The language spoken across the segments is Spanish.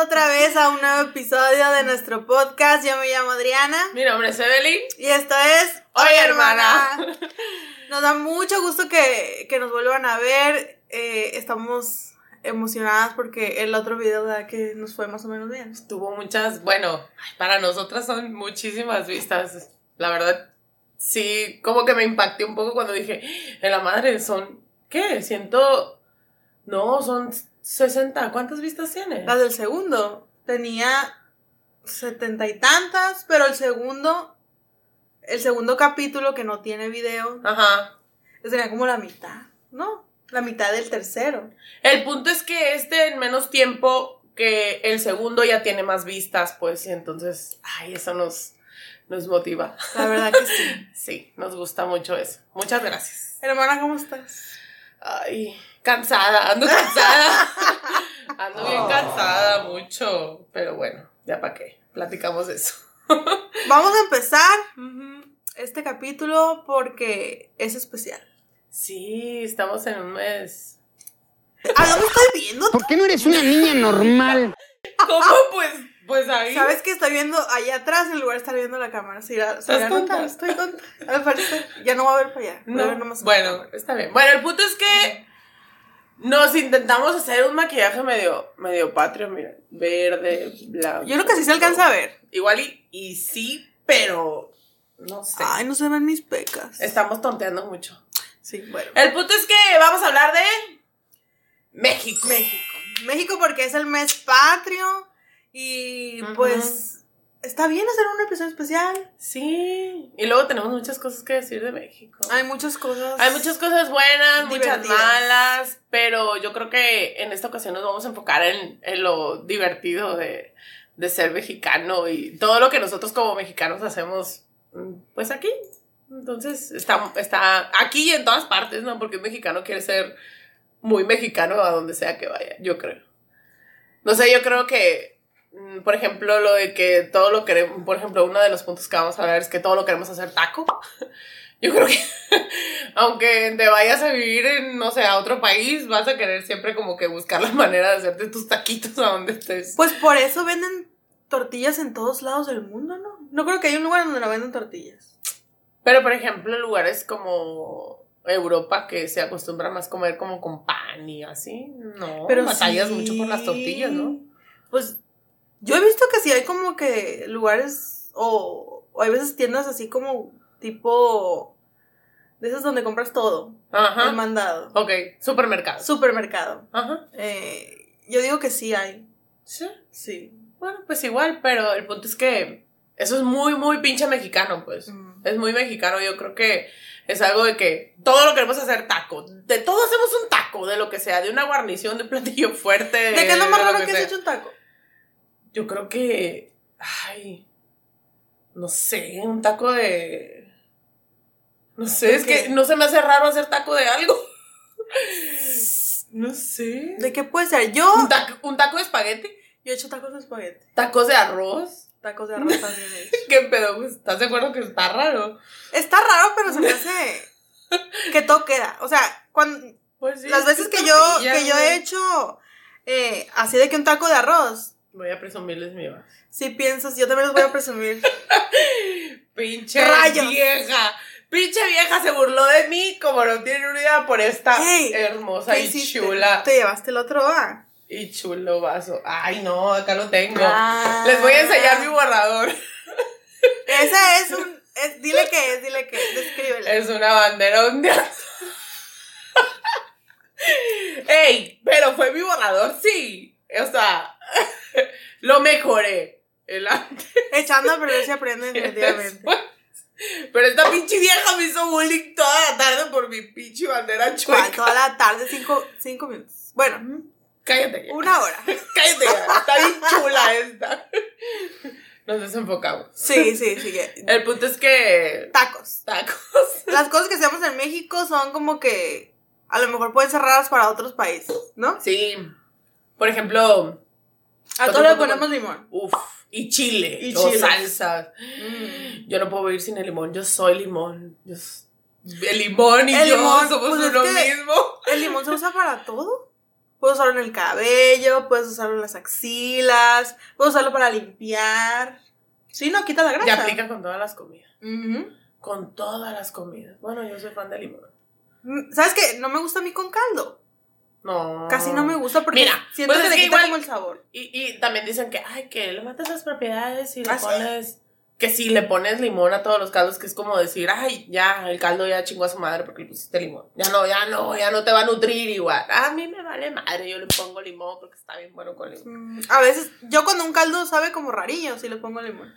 otra vez a un nuevo episodio de nuestro podcast. Yo me llamo Adriana Mi nombre es Evelyn. y esto es Oye, hermana. Nos da mucho gusto que, que nos vuelvan a ver. Eh, estamos emocionadas porque el otro video ¿verdad? que nos fue más o menos bien. Tuvo muchas, bueno, ay, para nosotras son muchísimas vistas. La verdad, sí, como que me impacté un poco cuando dije, en la madre son, ¿qué? Ciento, no, son 60. ¿Cuántas vistas tiene? La del segundo tenía setenta y tantas, pero el segundo, el segundo capítulo que no tiene video, pues Ajá. tenía como la mitad, ¿no? La mitad del tercero. El punto es que este en menos tiempo que el segundo ya tiene más vistas, pues, y entonces, ay, eso nos, nos motiva. La verdad que sí. Sí, nos gusta mucho eso. Muchas gracias. Hermana, ¿cómo estás? Ay, cansada, ando cansada. ando bien cansada, mucho. Pero bueno, ya para qué. Platicamos de eso. Vamos a empezar ujú, este capítulo porque es especial. Sí, estamos en un mes. ¿A dónde Ah, estoy viendo? ¿Por qué no eres una niña normal? ¿Cómo? Pues, pues ahí. ¿Sabes que estoy viendo allá atrás en lugar de estar viendo la cámara? Sí, la- sí, ¿Estás la tonta? nota, Estoy tonta. Me parece, ya no va a ver para allá. voy a No, ver nomás para la bueno, cámara. está bien. Bueno, el punto es que nos intentamos hacer un maquillaje medio, medio patrio, mira. Verde, blanco. Yo creo que sí se alcanza a ver. Igual y, y sí, pero no sé. Ay, no se ven mis pecas. Estamos tonteando mucho. Sí, bueno. El punto es que vamos a hablar de México. México. México porque es el mes patrio y Ujú. pues está bien hacer un episodio especial. Sí. Y luego tenemos muchas cosas que decir de México. Hay muchas cosas. Hay muchas cosas buenas, muchas Divertidas. malas, pero yo creo que en esta ocasión nos vamos a enfocar en, en lo divertido de, de ser mexicano y todo lo que nosotros como mexicanos hacemos, mm, pues aquí. Entonces, está, está aquí y en todas partes, ¿no? Porque un mexicano quiere ser muy mexicano a donde sea que vaya, yo creo. No sé, yo creo que, mm, por ejemplo, lo de que todo lo queremos, por ejemplo, uno de los puntos que vamos a hablar es que todo lo queremos hacer taco. Yo creo que, aunque te vayas a vivir en, no sé, a otro país, vas a querer siempre como que buscar la manera de hacerte tus taquitos a donde estés. Pues por eso venden tortillas en todos lados del mundo, ¿no? No creo que haya un lugar donde no venden tortillas. Pero, por ejemplo, lugares como Europa que se acostumbra más comer como con pan y así, no, Pero batallas sí. mucho por las tortillas, ¿no? Pues yo he visto que sí hay como que lugares o, o hay veces tiendas así como tipo de esas donde compras todo, el Ajá. mandado, Ok, supermercados. supermercado. Ajá. Eh, yo digo que sí hay, Sí. sí. Bueno, pues igual, pero el punto es que eso es muy, muy pinche mexicano, pues. Mm. Es muy mexicano, yo creo que es algo de que todo lo queremos hacer taco. De todo hacemos un taco, de lo que sea, de una guarnición, de un platillo fuerte. ¿De qué es lo más de raro que que sea. has hecho un taco? Yo creo que. Ay. No sé, un taco de. No sé, es qué? que no se me hace raro hacer taco de algo. No sé. ¿De qué puede ser? Yo, ¿Un taco, un taco de espagueti? yo he hecho tacos de espagueti, ¿Tacos de arroz? tacos de arroz también he hecho. ¿Qué pedo? Pues, ¿Estás de acuerdo que está raro? Está raro, pero se me hace que todo queda. O sea, cuando, Pues las veces que yo, que yo he hecho eh, así de que un taco de arroz, Voy a presumirles mi va. si piensas, yo también les voy a presumir. Pinche Rayos. vieja. Pinche vieja se burló de mí como no tiene una idea por esta Ey, hermosa ¿Qué y hiciste? chula Te llevaste el otro A. y chulo vaso. Ay, no, acá lo tengo. Ah. Les voy a enseñar mi borrador. Esa es un. es- dile que es, dile que es, descríbela. Es una bandera ondeada. ¡Ey! Pero fue mi borrador, sí. O sea, lo mejoré. El antes. Echando a perder se aprende definitivamente. después. Pero esta pinche vieja me hizo bullying toda la tarde por mi pinche bandera ¿Cuál? chueca. Toda la tarde, cinco, cinco minutos. Bueno, Cállate. ya. una hora. Cállate. ya. Está bien chula esta. Nos desenfocamos. Sí, sí, sí. que- El punto es que. Tacos. Tacos. Las cosas que hacemos en México son como que. A lo mejor pueden ser raras para otros países, ¿no? Sí. Por ejemplo, A todos le ponemos limón. Uf, y chile, Y o chile. salsa. Mm. Yo no puedo vivir sin el limón, yo soy limón. Yo s- el limón y El yo limón, somos pues es uno que- mismo. ¿El limón se usa para todo? Puedes usarlo en el cabello, puedes usarlo en las axilas, puedes usarlo para limpiar. Sí, no, quita la grasa. Y aplica con todas las comidas. Ujú. Con todas las comidas. Bueno, yo soy fan de limón. Mm, ¿Sabes qué? No me gusta a mí con caldo. No. Casi no me gusta porque Mira, siento pues que es le que quita igual- como el sabor. Y, y también dicen que, ay, que le matas las propiedades y le ¿Ah, sí? pones. Que si le pones limón a todos los caldos, que es como decir, ay, ya, el caldo ya chingó a su madre porque le pusiste limón. Ya no, ya no, ya no te va a nutrir igual. A mí me vale madre, yo le pongo limón porque está bien bueno con limón. Mm, A veces, yo cuando un caldo sabe como rarillo, si le pongo limón.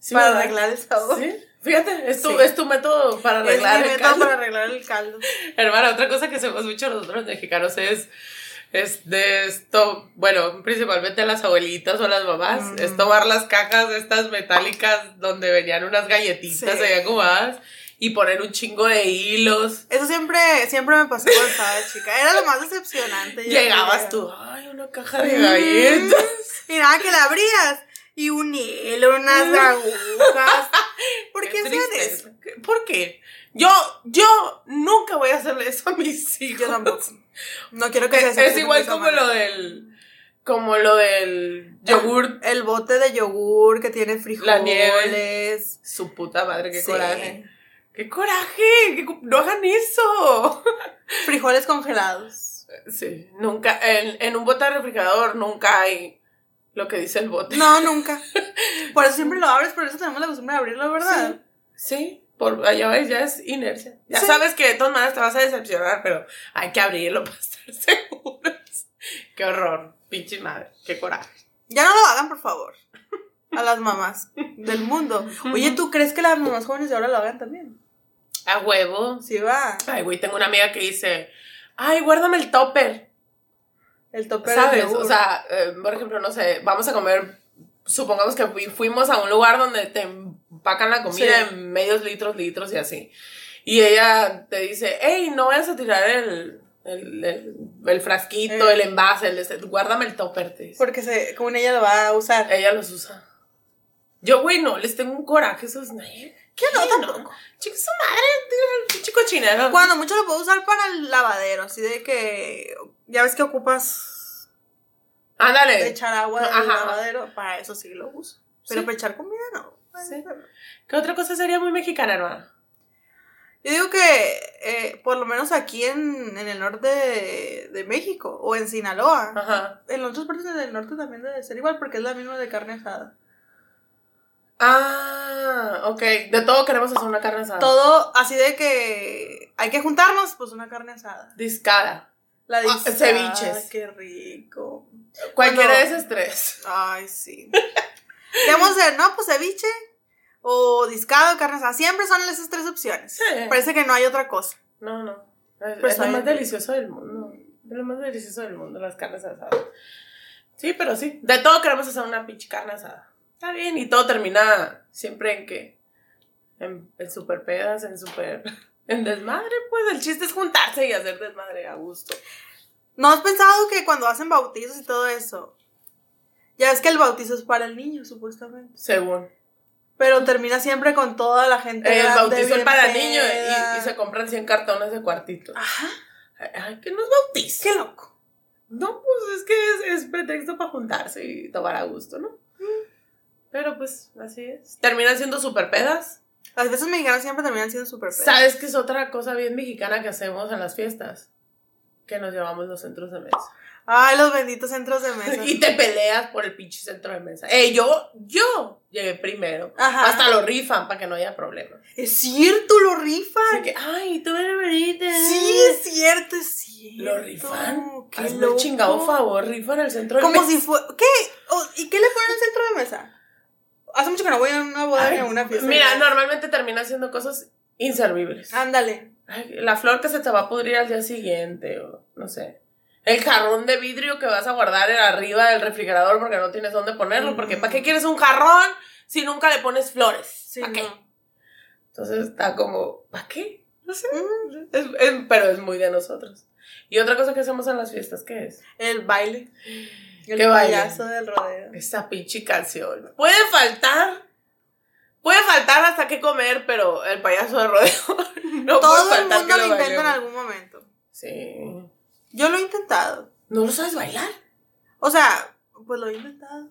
Sí, para ¿verdad? arreglar el sabor. Sí, fíjate, es tu, Sí. es tu método para arreglar es mi el método caldo. para arreglar el caldo. Hermana, otra cosa que hacemos mucho nosotros los mexicanos es, es de esto, bueno, principalmente las abuelitas o las mamás, Mm. es tomar las cajas estas metálicas donde venían unas galletitas Sí. allá acumadas y poner un chingo de hilos. Eso siempre, siempre me pasó cuando estaba chica. Era lo más decepcionante. yo Llegabas creo. tú, ay, una caja de galletas. Y nada, que la abrías. Y un hilo, unas agujas. ¿Por qué, hacían tristeza. eso? ¿Por qué? Yo, yo nunca voy a hacerle eso a mis hijos. Yo tampoco. No quiero que Es- se es decepcionen igual de esa como manera. lo del- Como lo del Ah. yogur, El bote de yogur que tiene frijoles. nieve. su puta madre, qué Sí. coraje. ¡Qué coraje! ¡Qué cu- ¡No hagan eso! Frijoles congelados. Sí, nunca, en, en un bote de refrigerador nunca hay lo que dice el bote. No, nunca. Por eso siempre lo abres, por eso tenemos la costumbre de abrirlo, ¿verdad? Sí, por, ya ves, ya es inercia. Ya Sí. sabes que de todas maneras te vas a decepcionar, pero hay que abrirlo para estar seguros. ¡Qué horror! ¡Pinche madre! ¡Qué coraje! Ya no lo hagan, por favor. A las mamás del mundo. Oye, ¿tú crees que las mamás jóvenes de ahora lo hagan también? ¡A huevo! Sí, va. Ay, güey, tengo una amiga que dice, ¡ay, guárdame el topper! El tope ¿Sabes? O sea, eh, por ejemplo, no sé, vamos a comer, supongamos que fui- fuimos a un lugar donde te empacan la comida Sí. en medios litros, litros y así. Y ella te dice, hey, no vayas a tirar el, el, el- el frasquito, Eh. el envase, el este, guárdame el topper, te dice. Porque se, como ella lo va a usar. Ella los usa. Yo, güey, no, les tengo un coraje a esos ¿Qué no, tampoco? Chico, su madre, tira el chico chinero. Cuando mucho lo puedo usar para el lavadero, así de que ya ves que ocupas Ándale. echar agua del Ajá. lavadero, para eso sí lo uso. Pero Sí. para echar comida no. Sí. ¿Qué otra cosa sería muy mexicana, hermana? Yo digo que eh, por lo menos aquí en, en el norte de, de México o en Sinaloa, Ajá. en otras partes del norte también debe ser igual porque es la misma de carne asada. Ah, ok. De todo queremos hacer una carne asada. Todo así de que hay que juntarnos, pues una carne asada. Discada. La Ah, discada, ceviches. Qué rico. Cualquiera Cuando- de esas tres. Ay, sí. ¿Qué vamos a hacer? No, pues ceviche o discado, carne asada. Siempre son esas tres opciones. Sí. Parece que no hay otra cosa. Pues, No, no. Es, Pero es lo sabe más rico. delicioso del mundo. Es lo más delicioso del mundo, las carnes asadas. Sí, pero sí. De todo queremos hacer una pinche carne asada. Está bien. Y todo termina siempre en que. En, en super pedas, en super. En desmadre, pues el chiste es juntarse y hacer desmadre a gusto. ¿No has pensado que cuando hacen bautizos y todo eso? Ya es que el bautizo es para el niño, supuestamente. Según. Pero termina siempre con toda la gente. El grande, bautizo es bien para niños peda. y, y se compran 100 cartones de cuartito. Ajá, Ay, que nos bautice. qué loco. No, pues es que es, es pretexto para juntarse y tomar a gusto, ¿no? Mm. Pero pues así es. Terminan siendo super pedas. Las veces mexicanas siempre terminan siendo súper pedas. ¿Sabes qué es otra cosa bien mexicana que hacemos en las fiestas? Que nos llevamos los centros de mesa. Ah, Ay, los benditos centros de mesa. Y te peleas por el pinche centro de mesa. Eh, yo, yo llegué primero. Ajá. Hasta lo rifan para que no haya problemas. Es cierto, lo rifan. Así que, ay, tú eres bonita. Sí, es cierto, es cierto. Lo rifan. Qué Hazme el loco. chingado favor, rifan el centro de Como mesa. si fue. ¿Qué? O- ¿Y qué le ponen al centro de mesa? Hace mucho que no voy a una boda ni a Ay, una fiesta. Ah, Mira, normalmente termina haciendo cosas inservibles. Ándale. Ay, la flor que se te va a pudrir al día siguiente, o no sé. El jarrón de vidrio que vas a guardar en arriba del refrigerador porque no tienes dónde ponerlo. Porque Mm. ¿para qué quieres un jarrón si nunca le pones flores? Sí, ¿Para qué? no. Entonces está como, ¿para qué? No sé. Mm. Es- es- pero es muy de nosotros. Y otra cosa que hacemos en las fiestas, ¿qué es? El baile. El ¿Qué baile? payaso del rodeo. Esa pinche canción. Puede faltar. Puede faltar hasta que comer, pero el payaso de rodeo no puede Todo el faltar mundo que lo intenta en bailemos. algún momento. Sí. Yo lo he intentado. ¿No lo sabes bailar? O sea, pues lo he intentado.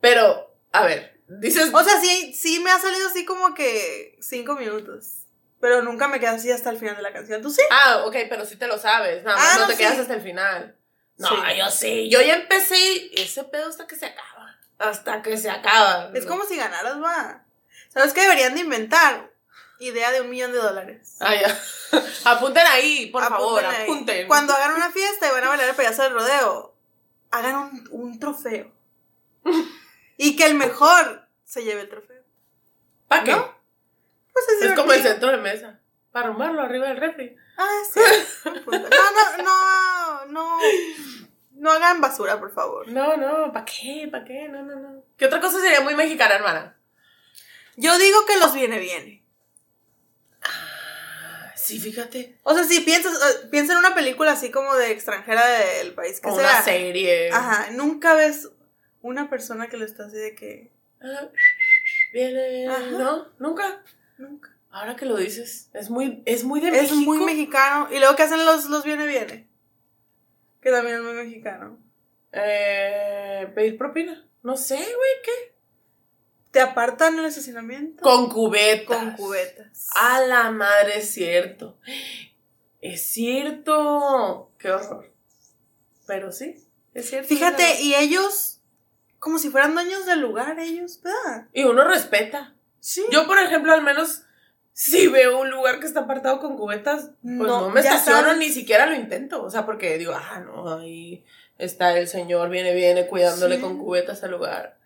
Pero, a ver, dices. O sea, sí, sí me ha salido así como que cinco minutos. Pero nunca me quedas así hasta el final de la canción. ¿Tú sí? Ah, ok, pero sí te lo sabes. Nada más Ah, no, no, te sí. quedas hasta el final. No, Sí. yo sí. Yo ya empecé y ese pedo hasta que se acaba. Hasta que se acaba. Es como si ganaras, va. ¿Sabes qué deberían de inventar? Idea de un millón de dólares. Ah, ya. Apunten ahí, por favor, Apunten ahí. apunten. Cuando hagan una fiesta y van a bailar el payaso del rodeo, hagan un, un trofeo. y que el mejor se lleve el trofeo. ¿Para qué? ¿No? Pues Es como el divertido. centro de mesa. Para arrumarlo arriba del refri. Ah, sí. buen punto. No, no, no, no. No hagan basura, por favor. No, no, ¿para qué? ¿Para qué? No, no, no. ¿Qué otra cosa sería muy mexicana, hermana? Yo digo que los viene, viene. Ah, Sí, fíjate. O sea, si piensas, eh, piensa en una película así como de extranjera del país que O sea. una serie. Ajá, nunca ves una persona que lo está así de que. Ah, Viene. Ajá. No, nunca. Nunca. Ahora que lo dices, es muy, es muy de Es México. muy mexicano. Y luego, ¿qué hacen los, los viene, viene? Que también es muy mexicano. Eh, pedir propina. No sé, güey, ¿qué? Te apartan el estacionamiento Con cubetas. Ah, con cubetas. A la madre, es cierto. Es cierto. Qué horror. Pero sí, es cierto. Fíjate, y ellos, como si fueran dueños del lugar, ellos, ¿verdad? Y uno respeta. Sí. Yo, por ejemplo, al menos, si veo un lugar que está apartado con cubetas, pues no, No, me ya estaciono, sabes. ni siquiera lo intento. O sea, porque digo, ah, no, ahí está el señor, viene, viene, cuidándole Sí. con cubetas al lugar.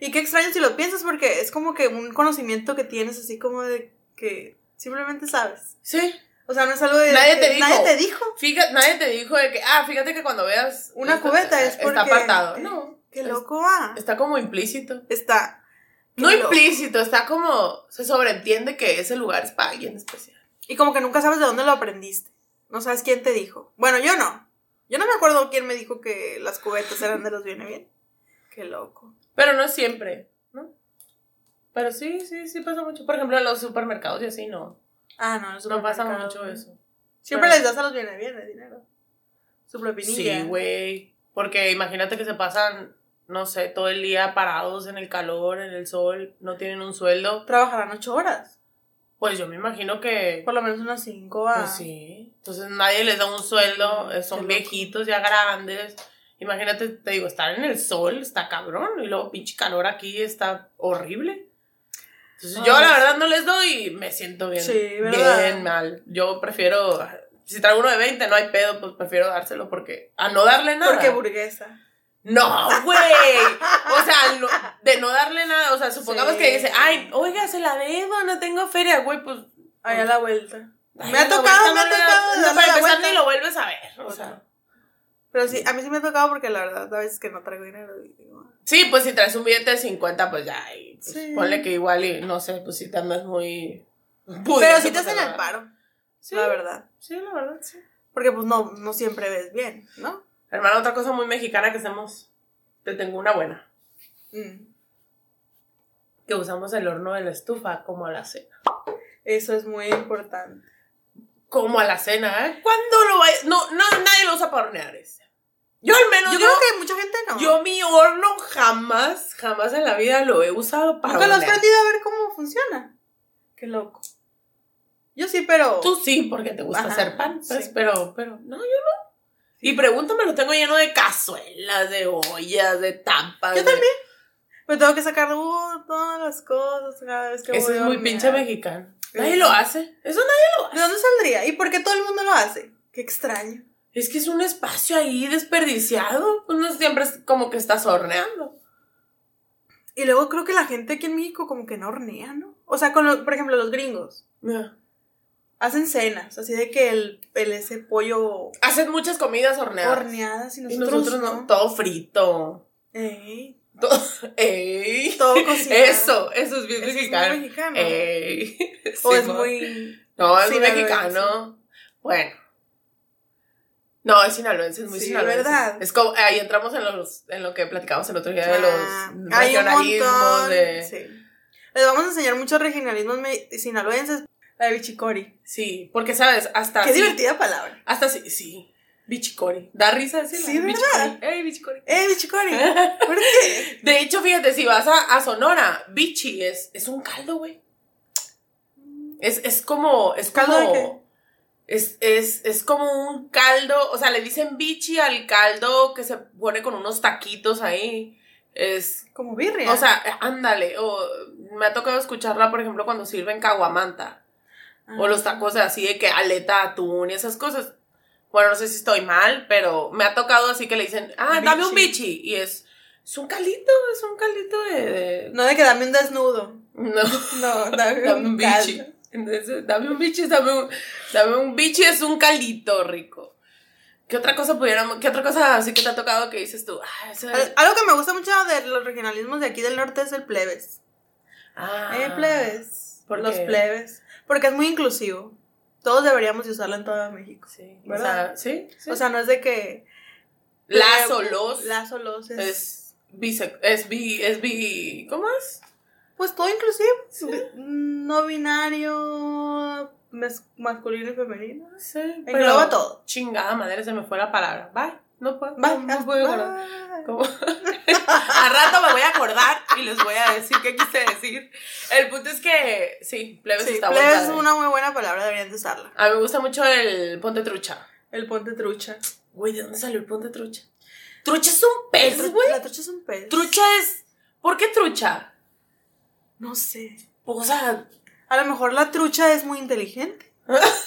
Y qué extraño si lo piensas, porque es como que un conocimiento que tienes, así como de que simplemente sabes. Sí. O sea, no es algo de. Nadie que- te dijo. Nadie te dijo. Fíjate, nadie te dijo de que, ah, fíjate que cuando veas Una esto cubeta está- es porque- eh, Está apartado. No. Qué es- loco, ah. Está como implícito. Está. No Qué loco. implícito, está como. Se sobreentiende que ese lugar es para alguien especial. Y como que nunca sabes de dónde lo aprendiste. No sabes quién te dijo. Bueno, yo no. Yo no me acuerdo quién me dijo que las cubetas eran de los viene bien. Qué loco. Pero no siempre, ¿no? Pero sí, sí, sí pasa mucho. Por ejemplo, en los supermercados y así no. Ah, no, eso No pasa mucho eso. Siempre Pero- les das a los viene bien el dinero. Su propinilla. Sí, güey. Porque imagínate que se pasan, no sé, todo el día parados en el calor, en el sol, no tienen un sueldo. Trabajarán ocho horas. Pues yo me imagino que. Por lo menos unas cinco va. Pues sí. Entonces nadie les da un sueldo, Ah. eh, Qué son loco. viejitos, ya grandes. Imagínate, te digo, estar en el sol está cabrón y luego pinche calor aquí está horrible. Entonces yo Ay, la sí. verdad no les doy y me siento bien. Sí, ¿verdad? Bien mal. Yo prefiero, si traigo uno de 20 no hay pedo, pues prefiero dárselo porque a no darle nada. Porque burguesa. No, güey. O sea, no- de no darle nada. O sea, supongamos Sí. que dice, ay, oiga, se la debo, no tengo feria, güey, pues. Allá a la vuelta. Ay, Me ha la tocado, vuelta me no ha le tocado da- darle No, la para empezar vuelta. ni lo vuelves a ver. O sea. Pero sí, a mí sí me ha tocado porque la verdad, a veces que no traigo dinero. y digo, "Ah". Sí, pues si traes un billete de 50, pues ya. y, pues, Sí. Ponle que igual, y no sé, pues si te andas muy. Pero pudiente, sí te pues, hacen nada. el paro, Sí, la verdad. Sí, la verdad, sí. Porque pues no, no siempre ves bien, ¿no? Hermano, otra cosa muy mexicana que hacemos. Te tengo una buena. Mm. Que usamos el horno de la estufa como a la cena. Eso es muy importante. Como a la cena, ¿eh? ¿Cuándo lo vayas? No, no, nadie lo usa para hornear ese. Yo al menos. Yo Yo, creo que mucha gente no. yo mi horno jamás, jamás en la vida lo he usado para Nunca lo has hornear. prendido a ver cómo funciona. Qué loco. Yo sí, pero. Tú sí, porque te gusta Ajá, hacer pan, pues, sí. pero, pero, no, yo no. Y pregúntame, lo tengo lleno de cazuelas, de ollas, de tapas. Yo de- también. Pero tengo que sacar uh, todas las cosas cada vez que Eso voy es a muy hornear. pinche mexicano. Nadie Sí. lo hace. Eso nadie. ¿De dónde saldría? ¿Y por qué todo el mundo lo hace? Qué extraño. Es que es un espacio ahí desperdiciado. Uno siempre es como que estás horneando. Y luego creo que la gente aquí en México como que no hornea, ¿no? O sea, con lo- por ejemplo, los gringos hacen cenas, así de que el, el ese pollo Hacen muchas comidas horneadas. horneadas y y nosotros, nosotros no. Todo frito. Ey, Ey. todo cocinado. Eso, eso es bien Eso es muy mexicano. Eh, mexicano. Ey. o es Simón. muy No, es muy Sinaloense. mexicano. Bueno. No, es sinaloense, es muy Sí, sinaloense. ¿verdad? Es como, ahí entramos en, los, en lo que platicamos el otro día de Ah, los hay un regionalismos. montón. De... Sí. Sí. Les vamos a enseñar muchos regionalismos me- sinaloenses. La de bichicori. porque sabes, hasta. Qué si- divertida palabra. Hasta si, sí. Bichicori. Da risa decirlo. Sí, ¿verdad? Bichicori. Ey, bichicori. ¡Eh, bichicori! ¿Por qué? De hecho, fíjate, si vas a, a Sonora, bichi es, es un caldo, güey. Es, es como, es ¿Caldo de qué? como, es, es, es como un caldo, o sea, le dicen bichi al caldo que se pone con unos taquitos ahí. Es, Como birria. o sea, ándale, o me ha tocado escucharla, por ejemplo, cuando sirven caguamanta. Ah. O los tacos así de que aleta, atún y esas cosas. Bueno, no sé si estoy mal, pero me ha tocado así que le dicen, ah, dame un bichi. Y es, es un calito, es un calito de... de- No de que dame un desnudo. No, No, dame, dame un caldo. bichi. Entonces, dame un bichi, dame un, dame un bichi, es un calito rico. ¿Qué otra cosa pudiéramos, qué otra cosa así que te ha tocado que dices tú? Ah, eso es- Al- Algo que me gusta mucho de los regionalismos de aquí del norte es el plebes. ah, eh, plebes. ¿por los qué? plebes. Porque es muy inclusivo. Todos deberíamos de usarlo en todo México. Sí, o ¿Verdad? sea, sí, sí. O sea, no es de que. Lazo, los. Lazo, los es. es bise- es bi, es bi, ¿cómo es? Pues todo inclusivo. No binario. mes- masculino y femenino. No sé, Engloba todo. Chingada madre, se me fue la palabra. Bye. No puedo. Va, no, no haz- puedo acordar. va. ¿Cómo? a rato me voy a acordar y les voy a decir qué quise decir. El punto es que sí, plebes Sí, está muy plebes es padre. una muy buena palabra, deberían de usarla. A mí me gusta mucho el ponte trucha. El ponte trucha. Güey, ¿de dónde salió el ponte trucha? Trucha es un pez, güey. La trucha es un pez. Trucha es ¿Por qué trucha? Pues, No sé. O sea, A lo mejor la trucha es muy inteligente.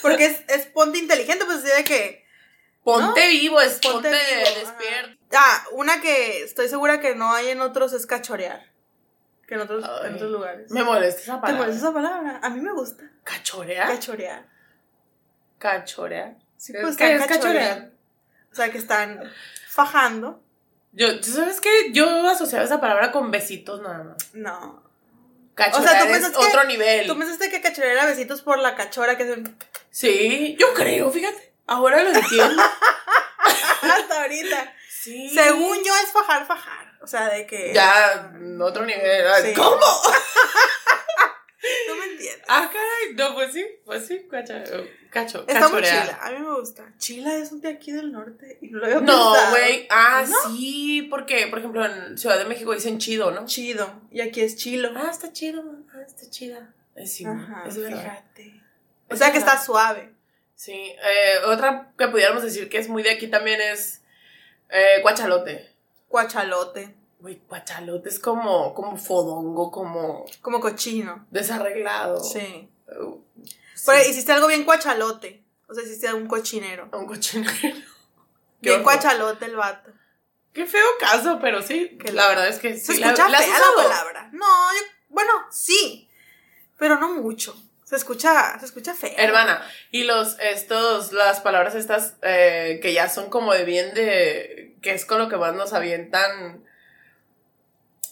Porque es, es ponte inteligente, pues así de que. ponte vivo, es Ponte ponte, vivo, ajá. despierto. Ah, una que estoy segura que no hay en otros es cachorear. Que en otros, en Ay, otros lugares. Me molesta esa ¿Te palabra. molesta esa palabra? A mí me gusta. ¿Cachorear? Cachorear. Cachorear. Pues ¿Qué están cachoreando. O sea, que están fajando. Yo, ¿tú ¿sabes qué? Yo asociaba esa palabra con besitos nada más. No. Cachorear O sea, ¿tú es piensas que- otro nivel. Tú pensaste que cachorear era besitos por la cachora que se. Sí, yo creo, fíjate. Ahora lo entiendo. Hasta ahorita. Sí. Según yo es fajar, fajar. O sea, de que. Ya, otro nivel. Ay, Sí. ¿Cómo? No me entiendes. Ah, caray. No, pues sí, pues sí, cacha- cacho, Está muy cachorear. chila. A mí me gusta. Chila es un de aquí del norte. Y no lo había No, pensado. güey. Ah, ¿No? sí, porque, por ejemplo, en Ciudad de México dicen chido, ¿no? Chido. Y aquí es chilo. Ah, está chido, ah, está chida. Eh, Sí, Ajá, es verdad. fíjate. O sea que está suave. Sí, eh, otra que pudiéramos decir que es muy de aquí también es eh, guachalote. Cuachalote. Güey, guachalote es como, como fodongo, como Como cochino. desarreglado. Sí. Uh, Oh. sí. Pero hiciste algo bien cuachalote. O sea, hiciste un cochinero. Un cochino. Qué Bien horror. cuachalote el vato. Qué feo caso, pero sí. Qué la verdad es que sí. Se escucha has fea la usado? palabra. No, yo- bueno, sí. Pero no mucho. Se escucha, se escucha fea. Hermana, y los, estos, las palabras estas eh, que ya son como de bien de, que es con lo que más nos avientan,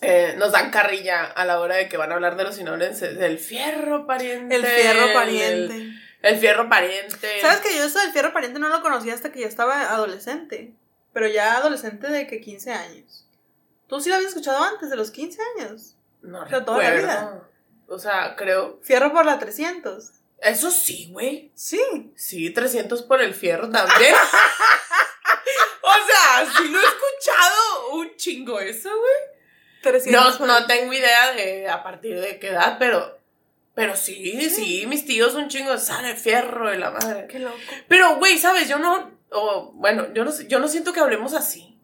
eh, nos dan carrilla a la hora de que van a hablar de los sinónimos del fierro pariente. El fierro el- pariente. El, fierro pariente. ¿Sabes que yo eso del fierro pariente no lo conocía hasta que ya estaba adolescente? Pero ya adolescente de que 15 años. ¿Tú sí lo habías escuchado antes de los 15 años? No O sea, toda la recuerdo. vida. O sea, creo, Fierro por la 300. eso sí, güey. Sí. Sí, 300 por el fierro también. o sea, sí lo he escuchado un chingo eso, güey. 300. No, no tengo idea de a partir de qué edad, pero. Pero sí, sí, mis tíos un chingo sale fierro de la madre. Qué loco. Pero, güey, ¿sabes? Yo no. o, bueno, yo no, sé- yo no siento que hablemos así.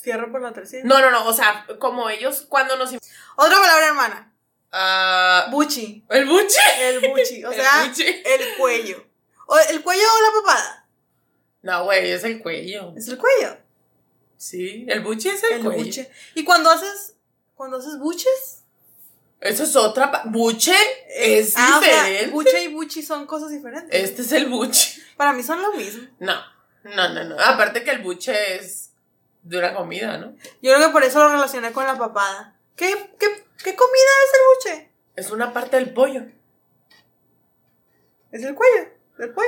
Fierro por la 300. No, no, no. O sea, como ellos cuando nos. in- Otra palabra, hermana. Ah, Buchi. ¿El buche? El buchi. O El sea, el, buche. cuello. O el cuello o la papada. No, güey, es el cuello. Es el cuello. Sí, el buche es el, El cuello. buche. Y cuando haces. Cuando haces buches. Eso es otra. pa- ¿Buche? Es Ah, o sea, diferente. buche y buchi son cosas diferentes. este es el buche. Para mí son lo mismo. No, no, no, no. Aparte que el buche es de una comida, ¿no? Yo creo que por eso lo relacioné con la papada. ¿Qué, qué, qué comida es el buche? Es una parte del pollo. Es el cuello, el pollo.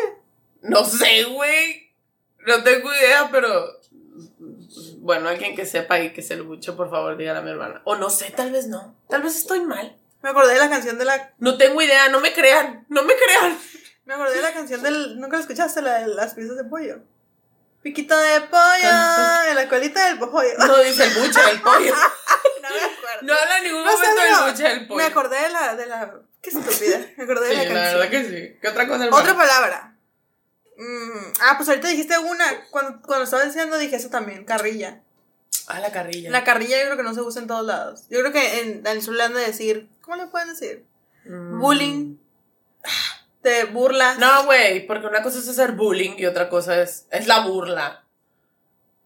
No sé, güey. No tengo idea, pero. Bueno, alguien que sepa y que se lo buche, por favor, dígale a mi hermana. O no sé, tal vez no. Tal vez estoy mal. Me acordé de la canción de la. No tengo idea, no me crean, no me crean. Me acordé de la canción del. ¿Nunca la escuchaste? La de las piezas de pollo. Piquito de pollo en la colita del pollo. No dice el buche, el pollo. No me acuerdo. No habla en ningún No sé, momento pero del buche, del pollo. Me acordé de la, de la. Qué estúpida. Me acordé de Sí, la la canción. verdad que sí. ¿Qué otra cosa? Otra hermano? palabra. Mm, ah, pues ahorita dijiste una. Cuando, cuando estaba diciendo dije eso también, carrilla. Ah, la carrilla. La carrilla yo creo que no se usa en todos lados. Yo creo que en Venezuela han de decir, ¿cómo le pueden decir? Mm. Bullying. Te burlas. No, güey, porque una cosa es hacer bullying y otra cosa es, es la burla.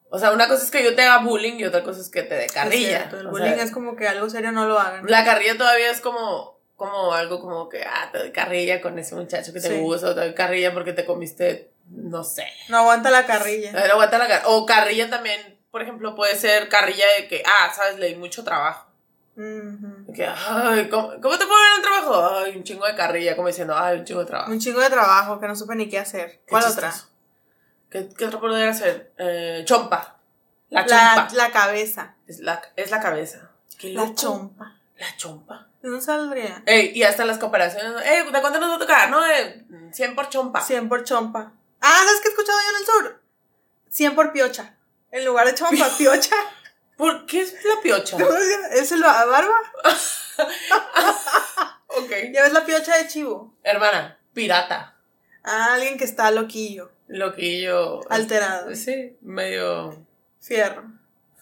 O sea, una cosa es que yo te haga bullying y otra cosa es que te dé Es carrilla. cierto, el O bullying sea, es como que algo serio no lo hagan. La carrilla todavía es como, como algo como que, ah, te doy carrilla con ese muchacho que te Sí. gusta, o te doy carrilla porque te comiste, no sé. No aguanta la carrilla. Pero aguanta la car- O carrilla también, por ejemplo, puede ser carrilla de que, ah, sabes, le di mucho trabajo. Ujú. De que, ay, ¿cómo, cómo te puedo dar un trabajo? Ay, un chingo de carrilla, como diciendo, ay, un chingo de trabajo. Un chingo de trabajo que no supe ni qué hacer. Qué ¿Cuál otra? chistoso. ¿Qué, qué otra podría ser? Eh, chompa. La La, chompa. la cabeza. es, la, es la cabeza. Qué La loco. chompa. La chompa. ¿De dónde saldría? Ey, y hasta las comparaciones. ¿no? Ey, ¿de cuánto nos va a tocar? No, de 100 por chompa. 100 por chompa. Ah, ¿sabes qué he escuchado yo en el sur? 100 por piocha. En lugar de chompa, piocha. ¿Por qué es la piocha? ¿Es el ba- barba? ok. Ya ves la piocha de chivo. Hermana, pirata. Ah, alguien que está loquillo, Loquillo. alterado, Sí, medio. fierro.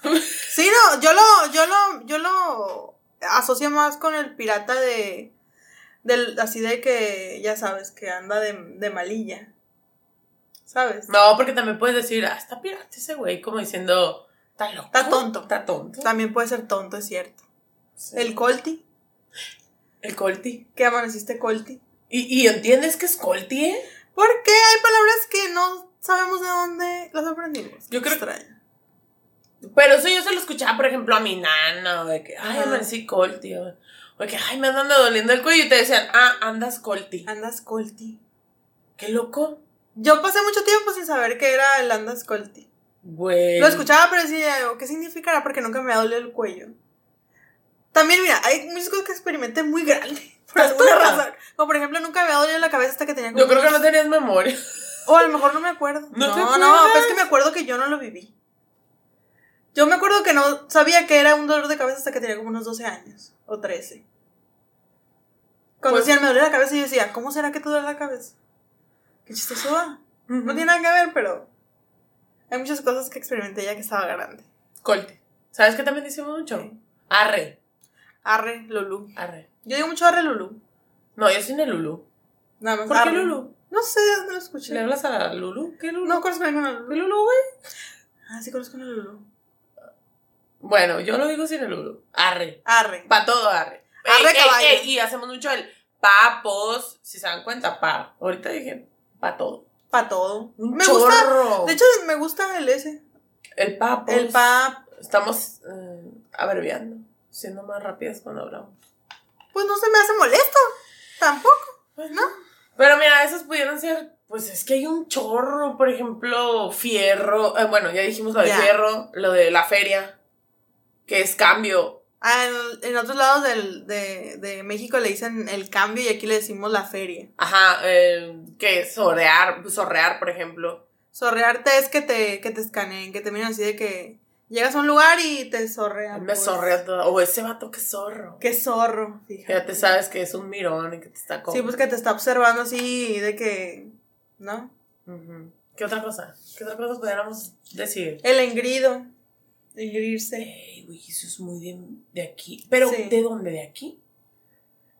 Sí, no, yo lo, yo lo, yo lo asocio más con el pirata de, del, así de que, ya sabes, que anda de, de malilla. ¿Sabes? No, porque también puedes decir, ah, está pirata ese güey, como diciendo, está loco. Está tonto. Está tonto. También puede ser tonto, es cierto. Sí. El colti, el colti. que amaneciste colti. ¿Y, y entiendes que es colti, eh? Porque hay palabras que no sabemos de dónde las aprendimos. Yo creo- Extraño. Pero eso yo se lo escuchaba, por ejemplo, a mi nana, de que, ay, Ajá. amanecí colti, o o de que, ay, me andan doliendo el cuello, y te decían, ah, andas colti. Andas colti. Qué loco. Yo pasé mucho tiempo sin saber qué era el andas colti. Güey. Lo escuchaba, pero decía, "Oh, ¿qué significará? Porque nunca me ha dolido el cuello. También, mira, hay muchas cosas que experimenté muy grande. Por ¿Estás alguna tonta? razón. Como por ejemplo, nunca me ha dolido la cabeza hasta que tenía como Yo creo que no unos- tenías memoria. O a lo mejor no me acuerdo. ¿No No, te no, acuerdas? pero es que me acuerdo que yo no lo viví. Yo me acuerdo que no sabía que era un dolor de cabeza hasta que tenía como unos 12 años o 13. Cuando Pues- decían me duele la cabeza, yo decía, ¿cómo será que te duele la cabeza? Qué chistoso ah". va. No tiene Ujú. nada que ver, pero hay muchas cosas que experimenté ya que estaba grande. Colti. ¿Sabes qué también dice mucho? Arre. Arre, Lulú. Arre. Yo digo mucho arre, Lulú. No, yo soy una Lulu. Nada más. ¿Por qué arre. Lulu? No sé de dónde lo ¿Le escuché. hablas a la Lulu? ¿Qué Lulu? No conozco a ninguna ¿Qué Lulú. Lulu, güey? Ah, sí conozco a una Lulú. Bueno, yo lo digo sin el Lulu. Arre. Arre. Pa' todo arre. Arre, Ey, ey, caballo. ey, y hacemos mucho el papos, si se dan cuenta, pa. Ahorita dije, pa todo. Pa' todo. Un me gusta chorro. De hecho, me gusta el ese. el papos. El pap. Estamos eh, abreviando, siendo más rápidas cuando hablamos. Pues no se me hace molesto. Tampoco. Pues ¿No? Pero mira, esos pudieron ser, pues es que hay un chorro, por ejemplo, fierro. eh, bueno, ya dijimos lo de Ya. fierro, lo de la feria, que es cambio. Ah, En, en otros lados del, de, de México le dicen el cambio y aquí le decimos la feria. Ajá, eh, que es sorrear, sorrear, por ejemplo. Sorrearte es que te, que te escaneen, que te miren así de que llegas a un lugar y te A sorrean. mí me pues. sorrea todo. O ese vato que es zorro. Qué zorro, Que fíjate. ya te sabes que es un mirón y que te está con... Sí, pues que te está observando así de que. ¿No? Ujú. ¿Qué otra cosa? ¿Qué otra cosa pudiéramos decir? El engrido. Engrirse. Ey, güey, eso es muy de, de aquí. ¿Pero Sí. de dónde? ¿De aquí?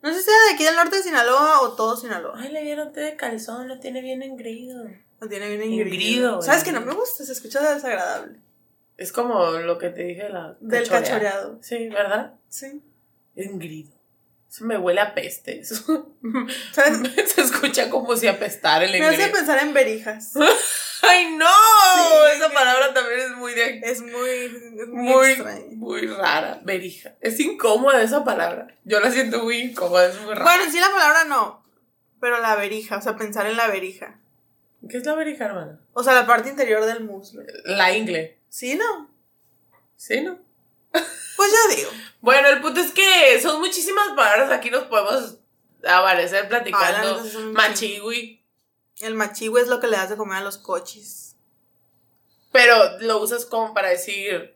No sé si sea de aquí del norte de Sinaloa o todo Sinaloa. Ay, le dieron té de calzón, lo tiene bien engreído. No tiene bien Engrido, engrido. ¿Sabes eh. que no me gusta? Se escucha desagradable. Es como lo que te dije de la Del cachorea. cachoreado. Sí, ¿verdad? Sí. Engrido. Eso me huele a peste. Eso ¿Sabes? se escucha como si apestara el Me hace engrido. pensar en berijas. ¡Ay, no! Sí, Esa engrido. palabra también es muy de Es muy, es muy, Muy, extraño. muy rara, verija. Es incómoda esa palabra. Yo la siento muy incómoda, es muy rara. Bueno, en sí la palabra no, pero la verija, o sea, pensar en la verija. ¿Qué es la verija, hermana? O sea, la parte interior del muslo. La ingle. ¿Sí, no? ¿Sí, no? Pues yo digo. Bueno, el punto es que son muchísimas palabras. Aquí nos podemos aparecer Ah, la platicando. neta, son un Machigui. El machigüe es lo que le das de comer a los coches. Pero lo usas como para decir,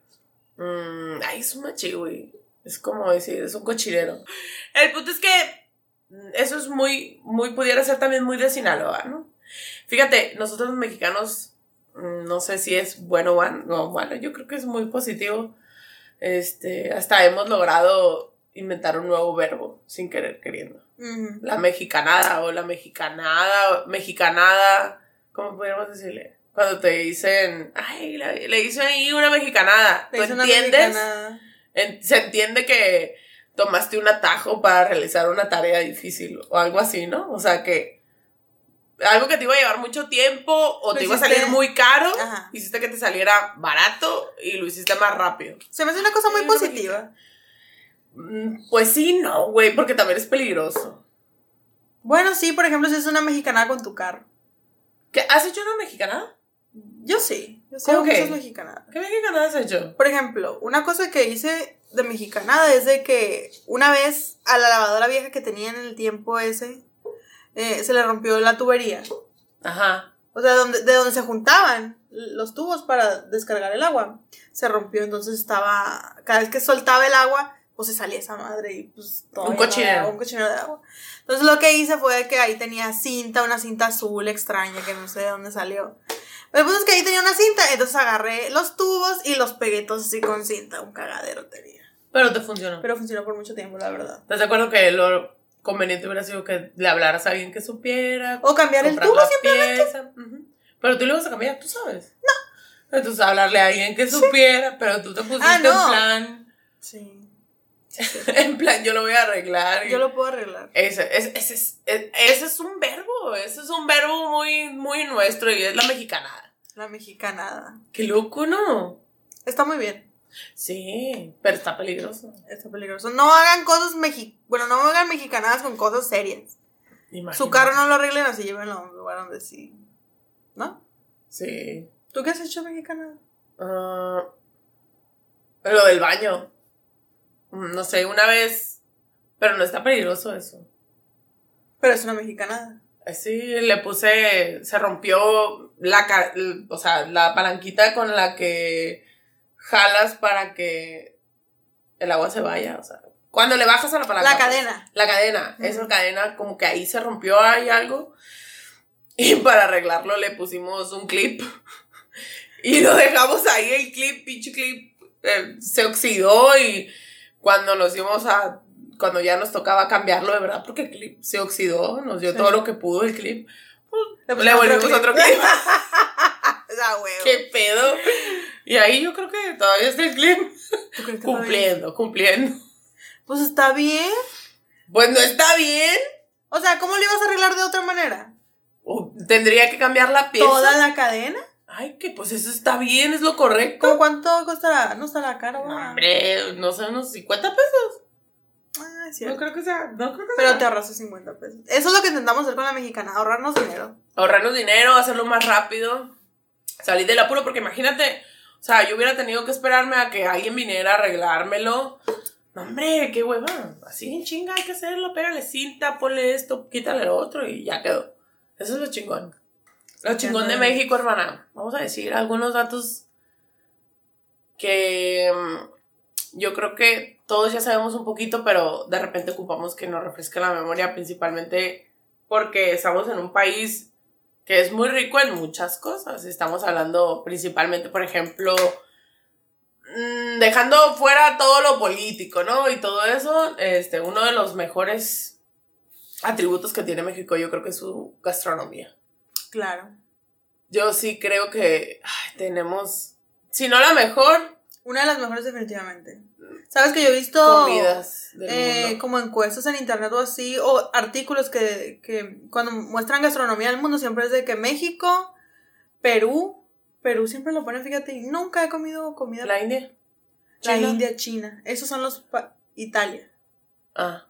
mm, ay, es un machi, güey. Es como decir, es un cochilero. El punto es que mm, eso es muy, muy, pudiera ser también muy de Sinaloa, ¿no? Fíjate, nosotros los mexicanos, mm, no sé si es bueno o an- no, bueno, yo creo que es muy positivo. Este, hasta hemos logrado inventar un nuevo verbo sin querer queriendo. Ujú. La mexicanada o la mexicanada, mexicanada, ¿cómo podríamos decirle? Cuando te dicen, ay, la- le hice ahí una mexicanada, Le ¿tú hice una entiendes? mexicanada. En- se entiende que tomaste un atajo para realizar una tarea difícil o algo así, ¿no? O sea que algo que te iba a llevar mucho tiempo o Lo te iba a hiciste- salir muy caro, Ajá. hiciste que te saliera barato y lo hiciste más rápido. Se me hace una cosa muy Sí, una positiva. Mm, Pues sí, no, güey, porque también es peligroso. Bueno, sí, por ejemplo, si es una mexicanada con tu carro. ¿Qué, ¿Has hecho una mexicanada? Yo sí. Yo sí ¿Cómo hago que? muchas mexicanadas. ¿Qué mexicanada has hecho? Por ejemplo, una cosa que hice de mexicanada es de que una vez a la lavadora vieja que tenía en el tiempo ese, eh, se le rompió la tubería. Ajá. O sea, donde, de donde se juntaban los tubos para descargar el agua. Se rompió, entonces estaba. Cada vez que soltaba el agua, pues se salía esa madre y pues todo. Un cochinero. un cochinero de agua. Entonces lo que hice fue que ahí tenía cinta, una cinta azul extraña que no sé de dónde salió. Pero el punto es que ahí tenía una cinta, entonces agarré los tubos y los pegué todos así con cinta, un cagadero tenía. Pero te funcionó. Pero funcionó por mucho tiempo, la verdad. ¿Estás de acuerdo que lo conveniente hubiera sido que le hablaras a alguien que supiera? O cambiar el comprar tubo la siempre. pieza? Ujú. Pero tú le vas a cambiar, tú sabes. No. Entonces hablarle a alguien que supiera, pero tú te pusiste Ah, no. en plan, Sí, en plan, yo lo voy a arreglar. y- yo lo puedo arreglar. Ese, ese, ese es- e- ese es un verbo, ese es un verbo muy, muy nuestro y es la mexicanada. La mexicanada. Qué loco, ¿no? Está muy bien. Sí, pero está peligroso. Está peligroso. No hagan cosas mexi bueno, no hagan mexicanadas con cosas serias. Imagínate. Su carro no lo arreglen así, llévenlo a un lugar donde sí. ¿No? Sí. ¿Tú qué has hecho mexicanada? Ah, lo del baño. Mm, No sé, una vez. Pero no está peligroso eso. Pero es una mexicanada. Así le puse. Se rompió la, ca- l- o sea, la palanquita con la que jalas para que el agua se vaya. O sea, cuando le bajas a la palanca. La pues, cadena. La cadena. Ujú. Esa cadena, como que ahí se rompió, hay algo. Y para arreglarlo le pusimos un clip. Y lo dejamos ahí, el clip, pinche clip. eh, se oxidó y cuando nos íbamos a. Cuando ya nos tocaba cambiarlo, de verdad, porque el clip se oxidó, nos dio Sí. todo lo que pudo el clip. Le pusimos Ah, volvimos otro clip. La huevo. ¿Qué pedo? Y ahí yo creo que todavía está el clip. ¿Tú crees que está bien? Cumpliendo, cumpliendo. Pues está bien. Pues no está bien. O sea, ¿cómo lo ibas a arreglar de otra manera? O Oh, Tendría que cambiar la pieza. ¿Toda la cadena? Ay, que pues eso está bien, es lo ¿Cómo correcto. cuánto costará? No Ah, está la cara, va. Hombre, no sé, unos 50 pesos. Ah, es cierto. creo que sea, no creo que Pero te ahorraste 50 pesos. Eso es lo que intentamos hacer con la mexicanada, ahorrarnos dinero. Ahorrarnos dinero, hacerlo más rápido, salir del apuro, porque imagínate, o sea, yo hubiera tenido que esperarme a que alguien viniera a arreglármelo. No, hombre, qué hueva. Así en chinga hay que hacerlo, pégale cinta, ponle esto, quítale lo otro y ya quedó. Eso es lo chingón. Lo chingón de no. México, hermana. Vamos a decir algunos datos que mm, yo creo que todos ya sabemos un poquito, pero de repente ocupamos que nos refresque la memoria, principalmente porque estamos en un país que es muy rico en muchas cosas. Estamos hablando principalmente, por ejemplo, mm, dejando fuera todo lo político, ¿no? Y todo eso, este, uno de los mejores atributos que tiene México, yo creo que es su gastronomía. Claro. Yo sí creo que ay, tenemos, si no la mejor, Una de las mejores definitivamente. Sabes que yo he visto comidas del eh, mundo. como encuestas en internet o así, o artículos que, que cuando muestran gastronomía del mundo siempre es de que México, Perú, Perú siempre lo ponen, fíjate, y nunca he comido comida la, La India. China. India, China. Esos son los pa- Italia. Ah.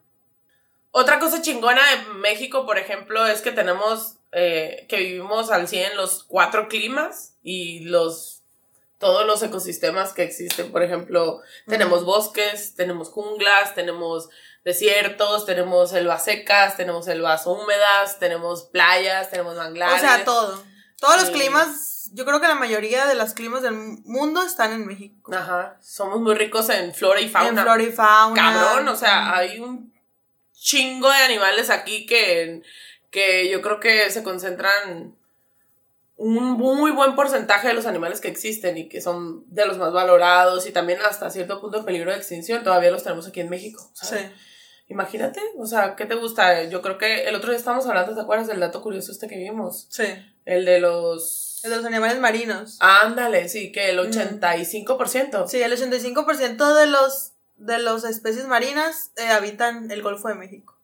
Otra cosa chingona de México, por ejemplo, es que tenemos eh, que vivimos al 100 los cuatro climas y los todos los ecosistemas que existen. Por ejemplo, tenemos bosques, tenemos junglas, tenemos desiertos, tenemos selvas secas, tenemos selvas húmedas, tenemos playas, tenemos manglares. o sea, todo. Todos Sí. los climas, yo creo que la mayoría de los climas del mundo están en México. Ajá. Somos muy ricos en flora y En fauna. flora y fauna. Cabrón, o sea, hay un chingo de animales aquí que, que yo creo que se concentran un muy buen porcentaje de los animales que existen y que son de los más valorados y también hasta cierto punto en peligro de extinción. Todavía los tenemos aquí en México. ¿sabes? Sí. Imagínate, o sea, ¿qué te gusta? Yo creo que el otro día estábamos hablando, ¿te acuerdas del dato curioso este que vimos? Sí. Es El de los... de los animales marinos. Ándale, sí, que Mm. el 85%. Sí, el 85% de los de las especies marinas eh, habitan el Golfo de México.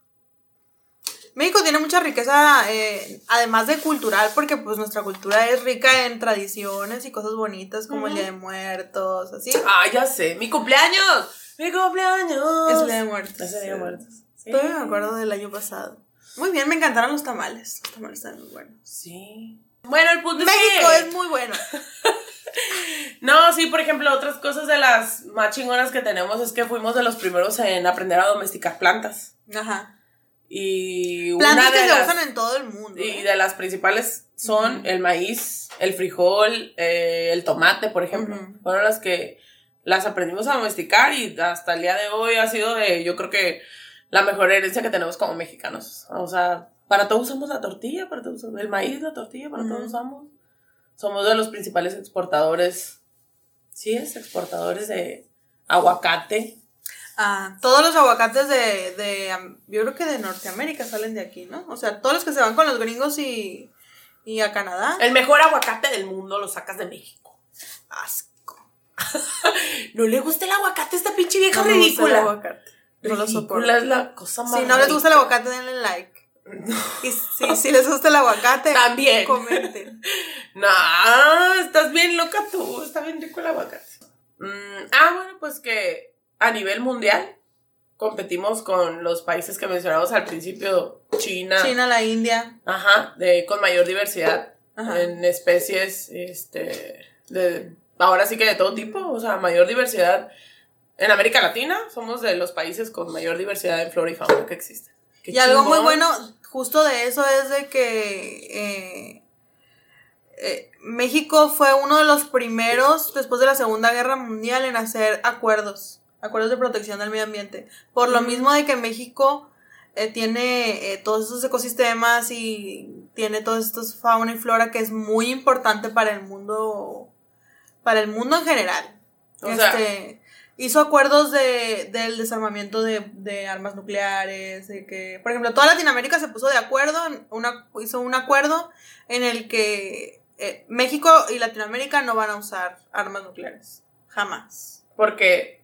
México tiene mucha riqueza, eh, además de cultural, porque pues nuestra cultura es rica en tradiciones y cosas bonitas como el Día de Muertos, así. Ah, ya sé, mi cumpleaños. Mi cumpleaños. Es el Día de Muertos. Es el Día de Muertos. Sí. Todavía me acuerdo del año pasado. Muy bien, me encantaron los tamales. Los tamales están muy buenos. Sí. Bueno, el punto México es que... es muy bueno. No, sí, por ejemplo, otras cosas de las más chingonas que tenemos es que fuimos de los primeros en aprender a domesticar plantas. Ajá. Y Plantas una de que se las... usan en todo el mundo. Y ¿eh? de las principales son el maíz, el frijol, eh, el tomate, por ejemplo. Ujú. Fueron las que las aprendimos a domesticar y hasta el día de hoy ha sido de, yo creo que la mejor herencia que tenemos como mexicanos. O sea, para todos usamos la tortilla, para todos usamos el maíz, la tortilla, para Ujú. todos usamos. Somos de los principales exportadores, sí es, exportadores de aguacate. Ah, todos los aguacates de, de, am, yo creo que de Norteamérica salen de aquí, ¿no? O sea, todos los que se van con los gringos y, y a Canadá. El mejor aguacate del mundo lo sacas de México. Asco. No le gusta el aguacate a esta pinche vieja No me gusta el ridícula. aguacate. No lo soporto. Ridícula es la cosa más. Si no les gusta el rica. aguacate, denle like. Y si, si les gusta el aguacate, También. comenten. No, estás bien loca tú. Está bien rico el aguacate. Mm, ah, bueno, pues que a nivel mundial competimos con los países que mencionamos al principio: China. China, la India. Ajá, de, con mayor diversidad Ajá. en especies. Este. De, ahora sí que de todo tipo. O sea, mayor diversidad. En América Latina somos de los países con mayor diversidad en flora y fauna que existe. Qué y algo muy chingón. bueno justo de eso es de que eh, eh, México fue uno de los primeros, después de la Segunda Guerra Mundial, en hacer acuerdos, acuerdos de protección del medio ambiente. Por lo mismo de que México eh, tiene eh, todos esos ecosistemas y tiene todos estos fauna y flora que es muy importante para el mundo, para el mundo en general. O sea- este, hizo acuerdos de, del desarmamiento de, de armas nucleares, de que, por ejemplo, toda Latinoamérica se puso de acuerdo, en una, hizo un acuerdo en el que eh, México y Latinoamérica no van a usar armas nucleares, jamás. porque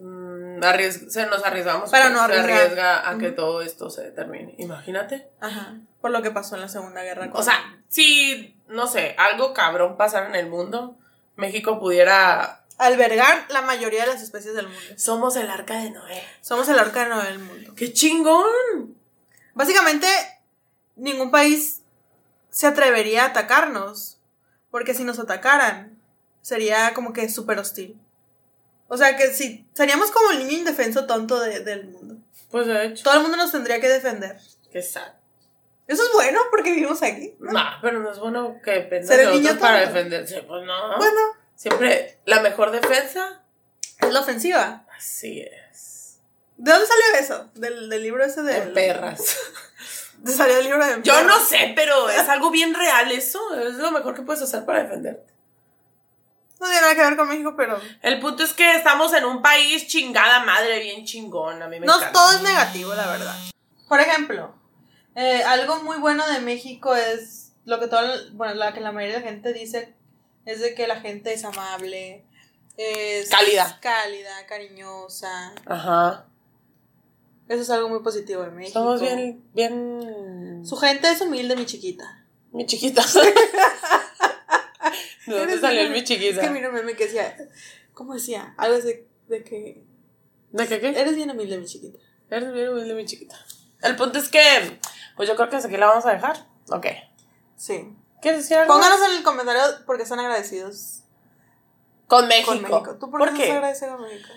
mm, arriesg- se nos arriesgamos Para no se arriesgar. arriesga a que Ujú. todo esto se termine imagínate Ajá. Por lo que pasó en la Segunda Guerra. o sea si no sé algo cabrón pasara en el mundo México pudiera albergar la mayoría de las especies del mundo. somos el arca de Noé Somos el arca de Noé del mundo. qué chingón Básicamente, ningún país se atrevería a atacarnos, porque si nos atacaran, sería como que súper hostil. O sea que si seríamos como el niño indefenso tonto de- del mundo. pues de hecho Todo el mundo nos tendría que defender. qué sad Eso es bueno porque vivimos aquí. no pero no es bueno que dependas Ser de el niño otros para tonto. defenderse pues no Bueno, siempre la mejor defensa es la ofensiva. así es ¿De dónde salió eso? Del, del libro ese de... de perras ¿Te salió el libro de... Yo perras? no sé, pero es algo bien real eso. Es lo mejor que puedes hacer para defenderte. No tiene nada que ver con México, pero... El punto es que estamos en un país chingada madre, bien chingón. A mí me No, encanta. todo es negativo, la verdad. Por ejemplo, eh, algo muy bueno de México es lo que toda, bueno, la que la mayoría de la gente dice es de que la gente es amable, es Cálida. cálida, cariñosa. Ajá. Eso es algo muy positivo de México. Somos bien, bien. Su gente es humilde, mi chiquita. Mi chiquita. ¿De dónde Eres salió una- el mi Es chiquita? que mira un meme que decía, ¿cómo decía? Algo de, de que ¿De qué qué? eres bien humilde, mi chiquita. Eres bien humilde, mi chiquita. El punto es que, pues yo creo que hasta aquí la vamos a dejar. Ok. Sí. ¿Quieres decir algo? Pónganos en el comentario porque son agradecidos Con México. con México. ¿Tú por, qué estás agradecido con México?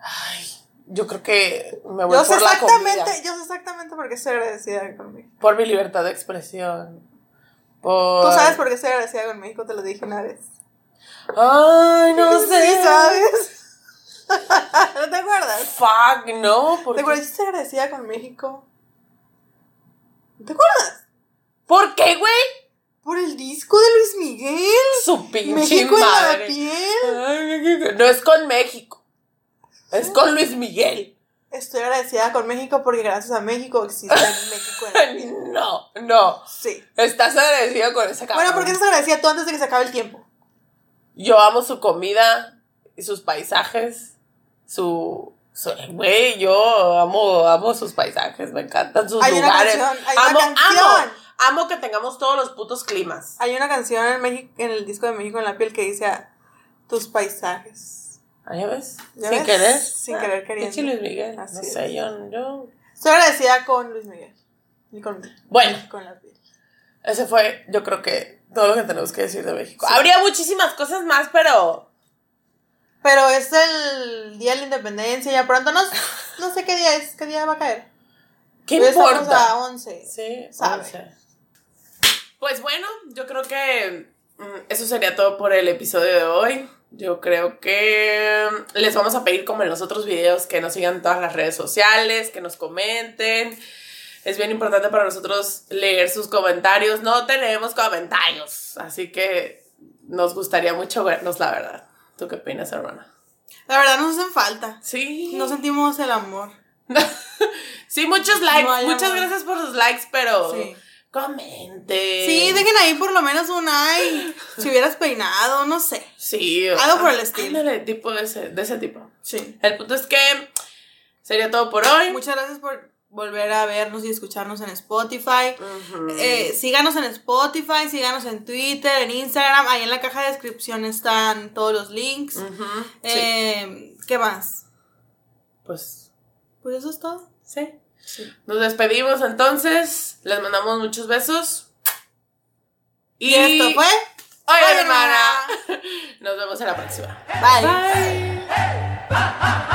Ay, yo creo que me voy Yo sé por la comida. exactamente, yo sé exactamente por qué estoy agradecida conmigo. Por mi libertad de expresión. Por... Tú sabes por qué estoy agradecida con México, te lo dije una vez. Ay, no sé. Sí, ¿sabes? ¿No te acuerdas? Fuck, no. ¿Por ¿Te qué? acuerdas? Yo estoy agradecida con México. ¿No ¿Te acuerdas? ¿Por qué, güey? Por el disco de Luis Miguel. Su pinche México en madre. la piel. Ay, México. no es con México. Es con Luis Miguel. Estoy agradecida con México porque gracias a México existe México en la piel. No, no. Sí. Estás agradecido con esa cabrón. Bueno, ¿por qué estás agradecida tú antes de que se acabe el tiempo? Yo amo su comida y sus paisajes. Su. su- Güey, yo amo, amo sus paisajes, me encantan sus Hay una lugares. canción, hay una amo, amo, canción. amo que tengamos todos los putos climas. Hay una canción en, México, en el disco de México en la piel que dice ah, tus paisajes. Ah, ¿Ya ves? ¿Ya Sin ves? querer. Sin querer queriendo. Pinche Luis Miguel. Así no es. sé, yo, yo- Estoy agradecida con Luis Miguel. Y con Bueno. México en la piel. Ese fue, yo creo que todo lo que tenemos que decir de México. Habría muchísimas cosas más, pero. Pero es el día de la independencia, ya pronto. No, no sé qué día es, qué día va a caer. ¿Qué Hoy estamos importa? a 11. Sí, Sabe. no sé. Pues bueno, yo creo que mm, eso sería todo por el episodio de hoy. Yo creo que mm, les vamos a pedir, como en los otros videos, que nos sigan en todas las redes sociales, que nos comenten. Es bien importante para nosotros leer sus comentarios. No tenemos comentarios, así que nos gustaría mucho vernos, la verdad. ¿Tú qué opinas, hermana? La verdad, nos hacen falta. Sí. No sentimos el amor. Sí, muchos likes. No hay Muchas amor. gracias por sus likes, pero Sí. comente. Sí, dejen ahí por lo menos un ay. Si hubieras peinado, no sé. Sí. Algo por el estilo. Ándale, tipo de ese, de ese tipo. Sí. El punto es que sería todo por hoy. Muchas gracias por volver a vernos y escucharnos en Spotify. Ujú. Eh, síganos en Spotify, síganos en Twitter, en Instagram. Ahí en la caja de descripción están todos los links. Ujú, sí. Eh, ¿Qué más? Pues Pues eso es todo. sí. Nos despedimos entonces. Les mandamos muchos besos. Y, esto fue. Oye, Oye, hermana. Nos vemos en la próxima. Bye. Bye.